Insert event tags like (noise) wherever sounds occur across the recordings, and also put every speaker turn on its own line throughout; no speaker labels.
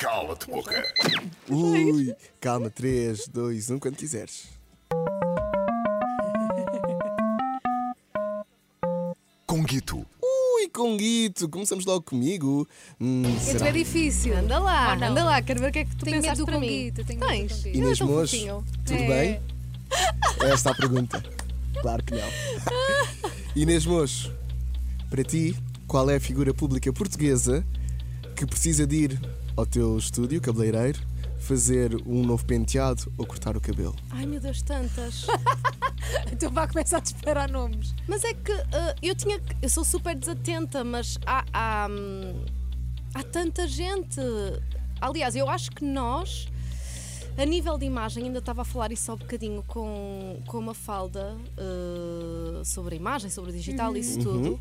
Cala-te, boca.
Ui, calma, 3, 2, 1, quando quiseres.
Conguito.
Ui, Conguito, começamos logo comigo. Hum,
Tu
será?
é difícil.
Anda lá,
Ah, não.
anda lá, quero ver o que é que tu
Tenho medo
pensaste
do
para mim.
conguito, tenho medo do
Tens?
conguito.
Ele é
Inês
tão
Mojo,
fofinho.
tudo
É.
bem? É esta a pergunta. Claro que não. (laughs) Inês Mojo, para ti, qual é a figura pública portuguesa que precisa de ir ao teu estúdio cabeleireiro fazer um novo penteado ou cortar o cabelo?
Ai meu Deus, tantas.
Então vá começar a disparar nomes.
Mas é que ah, eu tinha. que- Eu sou super desatenta, mas há. Há, hum, há tanta gente. Aliás, eu acho que nós. A nível de imagem, ainda estava a falar isso há um bocadinho com, com uma falda eh, sobre a imagem, sobre o digital, isso tudo.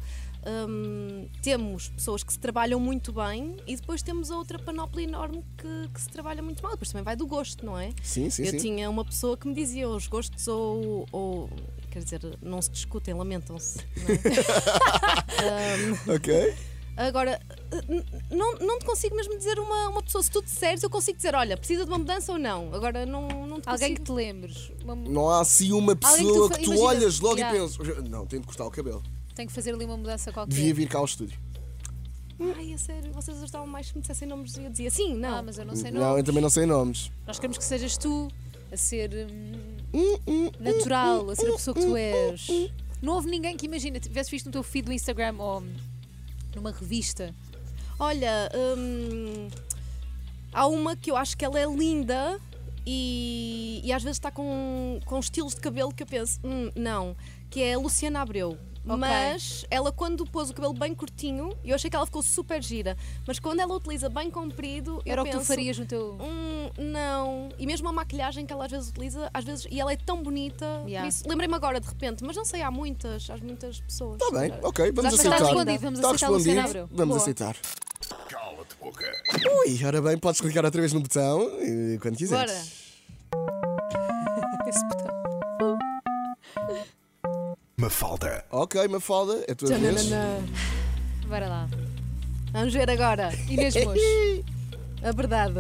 Hum, temos pessoas que se trabalham muito bem e depois temos a outra panóplia enorme que, que se trabalha muito mal. Depois também vai do gosto, não é?
Sim, sim,
eu
sim.
tinha uma pessoa que me dizia os gostos ou, ou- quer dizer, não se discutem, lamentam-se. não é?
Ok? (laughs)
Ah, agora, n- não, não te consigo mesmo dizer uma, uma pessoa, se tu disseres, eu consigo dizer, olha, precisa de uma mudança ou não. Agora não, não te
Alguém que
consigo.
te lembres. Uma-
Não há assim uma
Alguém que tu
pessoa
fa-
que tu,
imagina-
olhas logo
Yeah.
e pensas: Não, tenho de cortar o cabelo.
Tenho que fazer ali uma mudança qualquer.
Devia vir cá ao estúdio.
Ai, a sério, vocês ajudavam mais se me dissessem nomes e eu dizia sim, não.
Ah, mas eu não sei
não, então- eu
nomes.
também não sei nomes.
Nós queremos que sejas tu a ser hum,
Hum, hum,
natural, a ser a pessoa que tu és. Não houve ninguém que imagina, tivesse visto no teu feed do Instagram ou numa revista.
Olha, hum, há uma que eu acho que ela é linda e, e às vezes está com, com estilos de cabelo que eu penso, "Hum, não, que é a Luciana Abreu.
Ok.
Mas ela, quando pôs o cabelo bem curtinho, eu achei que ela ficou super gira, mas quando ela utiliza bem comprido, eu
Era o que tu
penso,
farias no teu.
Hum, não. E mesmo a maquilhagem que ela às vezes utiliza, às vezes, e ela é tão bonita.
Yeah.
por isso- Lembrei-me agora de repente, mas não sei, há muitas, há muitas pessoas.
Está Tá bem, ok, vamos
Já está
aceitar.
respondido, vamos
Está
aceitar, Luciana
respondido,
Abreu.
Vamos
Boa.
aceitar.
Cala-te, boca.
Ui, ora bem, podes clicar outra vez no botão eh, quando quiseres.
(laughs) Esse botão.
Mafalda.
Ok, Mafalda, é a tua vez.
Tananana.
Bora lá.
Vamos ver agora
Inês
(laughs)
Mocho.
a É verdade.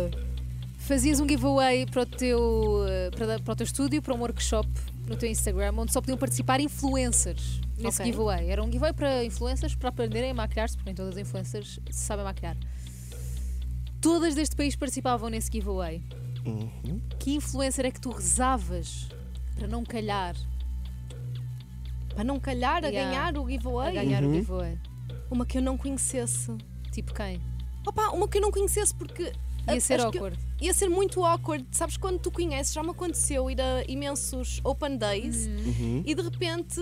Fazias um giveaway para o, teu, eh, para, para o teu estúdio, para um workshop no teu Instagram, onde só podiam participar influencers nesse
Ok.
giveaway. Era um giveaway para influencers para aprenderem a maquilhar-se, porque nem todas as influencers se sabem maquilhar. Todas deste país participavam nesse giveaway. Que influencer é que tu rezavas para não calhar
Para não calhar a
Yeah.
ganhar o
a
giveaway?
ganhar o giveaway?
Uma que eu não conhecesse.
Tipo quem?
Opa, uma que eu não conhecesse porque.
Ia
a-
ser
acho que eu-
awkward.
ia ser muito awkward. Sabes quando tu conheces? Já me aconteceu ir a imensos open days e de repente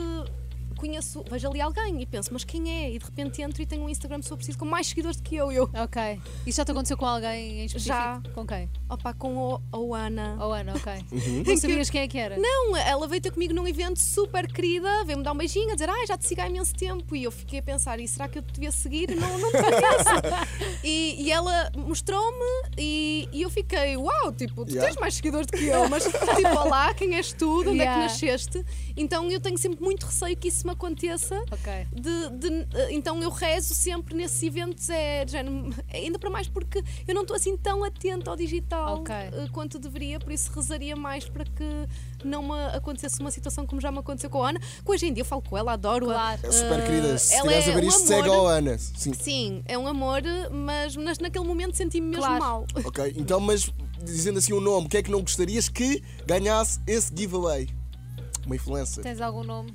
conheço, vejo ali alguém e penso, mas quem é? E de repente entro e tenho um Instagram sou preciso com mais seguidores do que eu. E eu,
Ok. Isso já te aconteceu com alguém em específico?
Já.
Com quem?
opa, com a o Ana.
Oh, Ana, ok. Não sabias quem é que era?
Não, ela veio ter comigo num evento super querida, veio-me dar um beijinho, a dizer, ah, já te sigo há imenso tempo. E eu fiquei a pensar, e será que eu te devia seguir? Não, não te conheço.
(laughs)
e, e ela mostrou-me e, e eu fiquei, uau, tipo, tu
Yeah.
tens mais seguidores do que eu, mas tipo, olá, quem és tu? De onde é
Yeah.
que nasceste? Então eu tenho sempre muito receio que isso me aconteça.
Ok.
De, de- eh, então eu rezo sempre nesses eventos, é, de género, (laughs) ainda para mais porque eu não estou assim tão atenta ao digital
Ok.
eh, quanto deveria, por isso rezaria mais para que não me acontecesse uma situação como já me aconteceu com a Ana, que hoje em dia eu falo com ela, adoro-a.
Claro.
É super
Ah,
querida, se
ela
estiveres
é
a ver
um
isto,
amor.
segue ao Ana. Sim,
Sim, é um amor, mas, mas naquele momento senti-me mesmo
Claro.
mal.
ok. Então, mas dizendo assim o nome, o que é que não gostarias que ganhasse esse giveaway? Uma influencer.
Tens algum nome?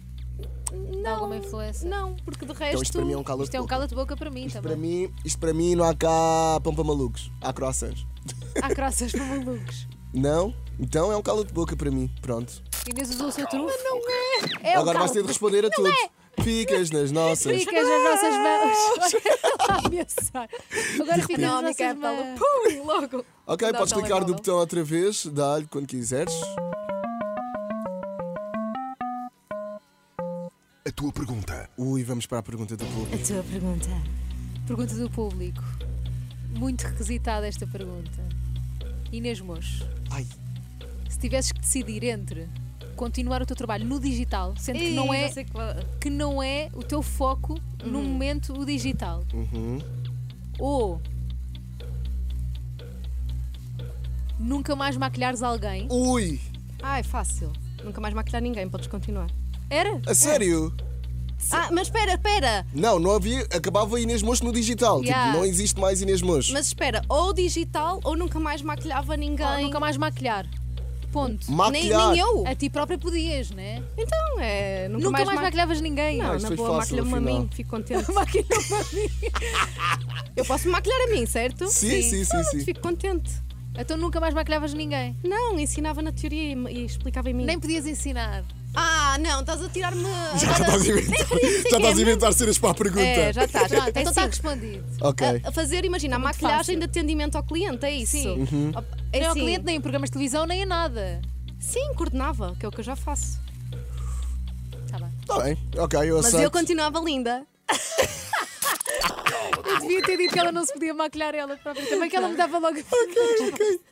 Não,
alguma influencer?
Não, porque de resto.
Então, isto para mim é um calor
Isto é um cala de boca para mim
Para
também.
mim, isto para mim não há cá pão para malucos. Há croissants.
Há croças para malucos.
Não? Então é um calo de boca para mim. Pronto.
Inês usou o seu trunfo.
(laughs) É um
Agora vais ter de responder a todos.
é?
Ficas
(laughs)
nas nossas.
Ficas nas nossas mãos. Olha (laughs) lá, minha senhora. Agora ficas nas nossas
Económica,
mãos.
pelo pum, logo.
Ok,
Dá o
podes clicar
telemóvel.
no botão outra vez, dá-lhe quando quiseres.
A tua pergunta.
Ui, vamos para a pergunta do público.
A tua pergunta.
Pergunta do público. Muito requisitada esta pergunta. Inês Mocho,
Ai,
se tivesses que decidir entre continuar o teu trabalho no digital, sendo que não é que não é o teu foco no Uhum. momento o digital. Ou Nunca mais maquilhares alguém.
Ui!
Ai, fácil. Nunca mais maquilhar ninguém, podes continuar.
Era?
A sério?
Ah, mas espera, espera!
Não, não havia. Acabava Inês Mocho no digital.
Yeah.
Tipo, não existe mais Inês Mocho.
Mas espera, ou digital ou nunca mais maquilhava ninguém.
Ah, nunca mais maquilhar. Ponto.
nem,
Maquilhar.
nem eu.
A ti própria podias, né?
Então, é. Nunca,
Nunca mais,
ma-
maquilhavas ninguém.
Não,
isto
na
Ah, foi
boa,
fácil,
maquilha-me a
afinal.
mim,
(laughs)
fico contente.
Maquilhava a mim.
Eu posso maquilhar a mim, certo?
Sim, sim, sim,
Pronto,
sim.
Fico contente.
Então nunca mais maquilhavas ninguém.
Não, ensinava na teoria e, e explicava em mim.
Nem podias ensinar.
Ah, não, estás a tirar-me.
(laughs) Já
(laughs)
estás a
(laughs)
inventar, já estás a inventar cenas para a pergunta.
É, já estás.
Pronto, então
É
está
assim,
respondido.
Ok.
a, a fazer, imagina, a
É muito
maquilhagem
fácil.
de atendimento ao cliente, é isso?
Sim.
Uhum.
É
nem ao
assim,
cliente, nem em programas de televisão, nem a nada.
Sim, coordenava, que é o que eu já faço.
Tá bem.
Está bem. Ok, eu
Mas
aceito.
eu continuava linda. Ah.
Eu devia ter dito que ela não se podia maquilhar ela própria também, que ela me dava logo.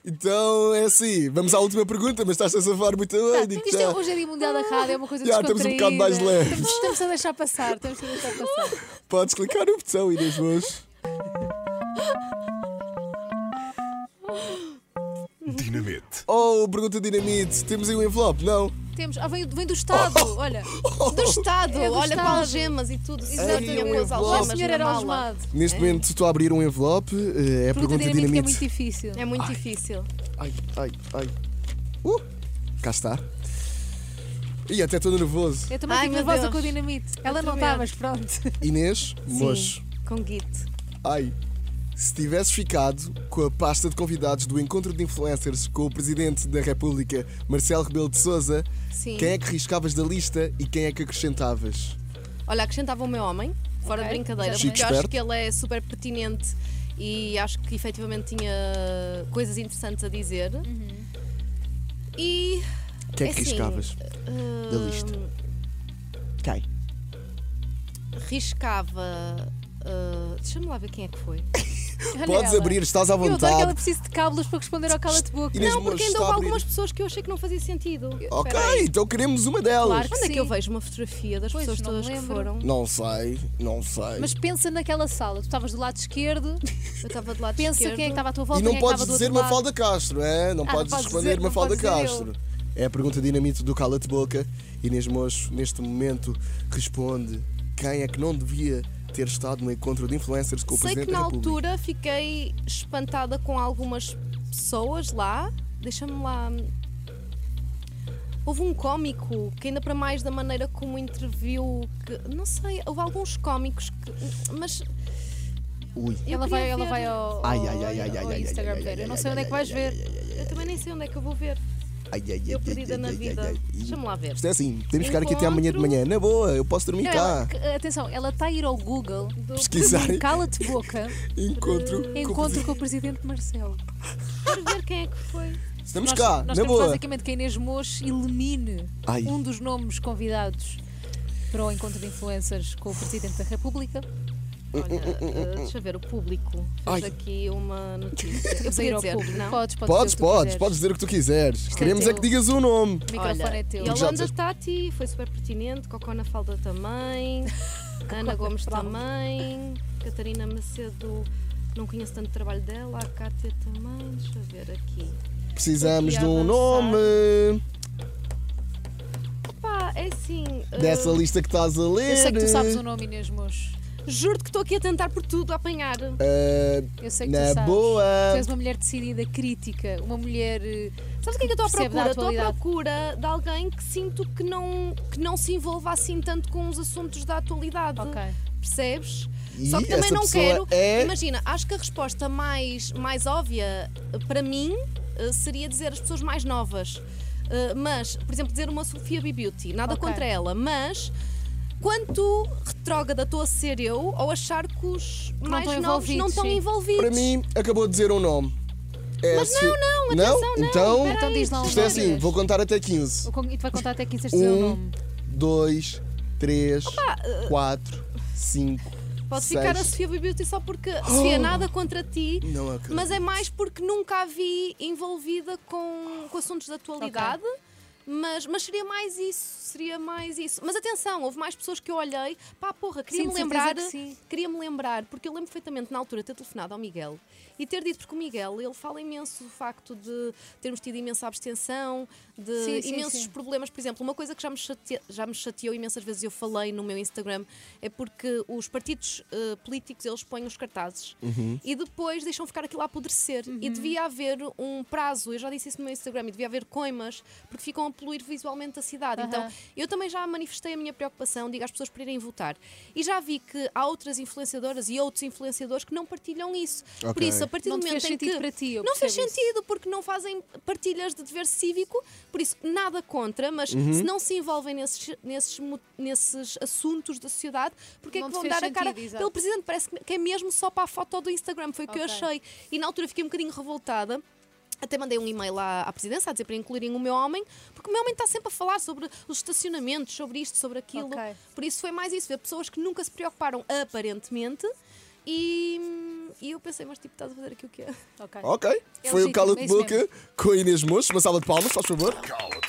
Então é assim. Vamos à última pergunta, mas estás a safar muito
Tá,
bem. então. digo-te
(laughs) Isto é,
já.
um-
hoje é dia mundial da
Ah.
rádio, é uma coisa
Já, estamos
descontraída.
um bocado mais leves.
Estamos, estamos a deixar passar, estamos a deixar
(laughs)
passar.
Podes clicar no botão, Inês Mocho.
Dinamite.
Oh, pergunta dinamite. Temos aí um envelope? Não.
(laughs)
Temos, ah, vem, vem do Estado, olha.
Do Estado,
É do
olha
Estado. É
com algemas e tudo. Sim, eu tinha com as
eu
O
vou.
algemas.
senhor
Oh, na
era
mala.
algemado.
Neste momento estou a abrir um envelope. eh, É a pergunta,
Pergunta É. dinâmica é muito
dinamite.
difícil.
É muito difícil.
Ai, ai, ai. Uh, cá está. E até estou nervoso.
Eu também
Ai,
fico
meu
nervosa
Deus.
com o dinamite. Ela não
também.
está, mas pronto.
Inês Mocho.
Com Git.
Ai, se tivesse ficado com a pasta de convidados do encontro de influencers com o Presidente da República, Marcelo Rebelo de Souza,
Sim.
quem é que riscavas da lista e quem é que acrescentavas?
Olha, acrescentava o meu homem, fora
Ok,
de brincadeira,
já
porque eu
sei.
acho
Esperto.
que ele é super pertinente e acho que efetivamente tinha coisas interessantes a dizer.
Uhum.
E.
Quem é que
assim, hum,
riscavas da lista? Quem?
Riscava. ah, Deixa-me lá ver quem é que foi.
Olha
Podes
ela.
abrir, estás à
Eu adoro que ela
vontade.
precisa de cábulas para responder ao cala-te-boca.
Inês
não, porque
Mojo
ainda
está a
houve
abrir.
algumas pessoas que eu achei que não fazia sentido.
Ok,
Espera aí.
então queremos uma delas.
Claro que
Onde é que eu
Sim.
vejo uma fotografia das
Pois,
pessoas
não me
todas que
lembro.
foram?
Não sei, não sei.
Mas pensa naquela sala. Tu estavas do lado (laughs) esquerdo,
Eu estava do lado
pensa
esquerdo.
quem é que estava à tua volta
e não
quem é que
podes
estava do
dizer
outro lado.
Mafalda Castro, é? Não
Ah, não
podes
podes
responder
dizer- não
Mafalda
podes dizer
Castro. É a pergunta dinamite do Cala-te Boca. Inês Mocho, neste momento, responde quem é que não devia ter estado no encontro de influencers com o
Sei
Presidente
que na
da República.
altura fiquei espantada com algumas pessoas lá. Deixa-me lá. Houve um cómico que, ainda para mais da maneira como interviu, que, não sei, houve alguns cómicos que. Mas.
Ui.
eu
Ela
queria
vai, ela
ver-
vai ao,
Ai,
ao-
ai, ai, ai, ai,
ao
ai, ai,
Instagram
ai, ai,
ver. Eu não
ai,
sei onde é que vais ver.
Eu também nem sei onde é que eu vou ver.
Ai, ai, ai,
Eu
ai,
perdida
ai,
na
ai, ai,
vida.
ai.
Deixa-me lá ver.
Isto é assim, podemos ficar aqui até amanhã de manhã. Na boa, eu posso dormir tá?
Não,
cá.
ela- que- atenção, ela está a ir ao Google do
Pesquisar.
do Cala-te-boca,
Encontro. (laughs) com o
encontro
Presidente.
com o Presidente Marcelo.
Quero ver quem é que foi.
Estamos
nós,
cá,
nós
na
queremos
boa.
basicamente que a Inês Mocho elimine
Ai.
um dos nomes convidados para o encontro de influencers com o Presidente da República.
Olha, eh, deixa eu ver, o público
Ai.
fez aqui uma notícia. Eu
Vamos ir
podia
ao
dizer,
público.
não?
Podes,
Podes,
podes, dizer o que tu
podes,
quiseres.
podes dizer o que tu quiseres.
é
Queremos é
teu.
que digas o nome.
O microfone
Olha,
é teu.
E
Já
Holanda
disseste.
Tati foi super pertinente, Cocó na Falda também, Ana Gomes também, Catarina Macedo, não conheço tanto o trabalho dela, a Cátia também, deixa eu ver aqui.
Precisamos de
Aqui a
um
avançar.
nome
Pá, é assim. eh,
dessa lista que estás a ler.
Eu sei que tu sabes o nome, Inês Mocho.
Juro-te que estou aqui a tentar por tudo, a apanhar.
Ah,
Eu sei que tu
na
sabes.
boa.
Tu és uma mulher decidida, crítica, uma mulher. eh,
Sabes o que é que eu estou à
Percebe da
procura? Estou à
atualidade.
procura de alguém que sinto que não, que não se envolva assim tanto com os assuntos da atualidade.
Ok.
percebes?
E
Só que também
essa
não
pessoa
quero.
é-
Imagina, acho que a resposta mais, mais óbvia eh, para mim eh, seria dizer as pessoas mais novas. Eh, Mas, por exemplo, dizer uma Sofia B. Beauty, nada
Ok.
contra ela, mas quanto retrógrada estou a ser eu ao achar que os
não
mais
estão
novos não
envolvidos,
estão
sim.
envolvidos?
Para mim, acabou de dizer um nome. É
Mas
Sofi-
não, não, atenção, não.
Então,
Espera
Então
aí,
diz lá um
isto é
nome.
assim, vou contar até 15.
O con- E tu vai contar até aqui insertes o
Um,
nome.
dois, três, quatro, cinco,
Pode
seis.
ficar a Sofia B. Beauty
(gasps)
só porque Sofia, nada contra ti,
Não acredito.
mas é mais porque nunca a vi envolvida com, com assuntos de atualidade. Mas, mas seria mais isso, seria mais isso. Mas atenção, houve mais pessoas que eu olhei, pá, porra, queria-me
Sim, de certeza
lembrar,
que sim.
queria-me lembrar, porque eu lembro perfeitamente na altura ter telefonado ao Miguel e ter dito, porque o Miguel, ele fala imenso do facto de termos tido imensa abstenção, de
Sim, sim,
imensos
sim.
problemas. Por exemplo, uma coisa que já me, chate- já me chateou imensas vezes, e eu falei no meu Instagram, é porque os partidos eh, políticos, eles põem os cartazes e depois deixam ficar aquilo a apodrecer. E
Uhum.
devia haver um prazo, eu já disse isso no meu Instagram, e devia haver coimas, porque ficam a poluir visualmente a cidade. Então,
Aham.
eu também já manifestei a minha preocupação, digo às pessoas para irem votar. E já vi que há outras influenciadoras e outros influenciadores que não partilham isso. Por
Ok.
isso, a partir
Não
do
te
momento
fez
em
sentido
que
para ti, eu
não fez
percebo isso.
sentido porque não fazem partilhas de dever cívico, por isso nada contra, mas se não se envolvem nesses, nesses, mo- nesses assuntos da sociedade, porque
Não
é que
te
vão
fez
dar a cara
sentido, exato.
pelo presidente? Parece que- que é mesmo só para a foto do Instagram, foi o que eu
Ok.
achei. E na altura fiquei um bocadinho revoltada. Até mandei um e-mail à, à presidência a dizer para incluírem o meu homem, porque o meu homem está sempre a falar sobre os estacionamentos, sobre isto, sobre aquilo.
Ok.
Por isso foi mais isso, ver pessoas que nunca se preocuparam aparentemente. E, e eu pensei, mas tipo, estás a fazer aqui o que é?
Ok.
Ok.
É
Foi o
legítimo,
Cala
é
de
isso
Boca
mesmo.
com a Inês Moço. Uma salva de palmas, faz favor.
Cala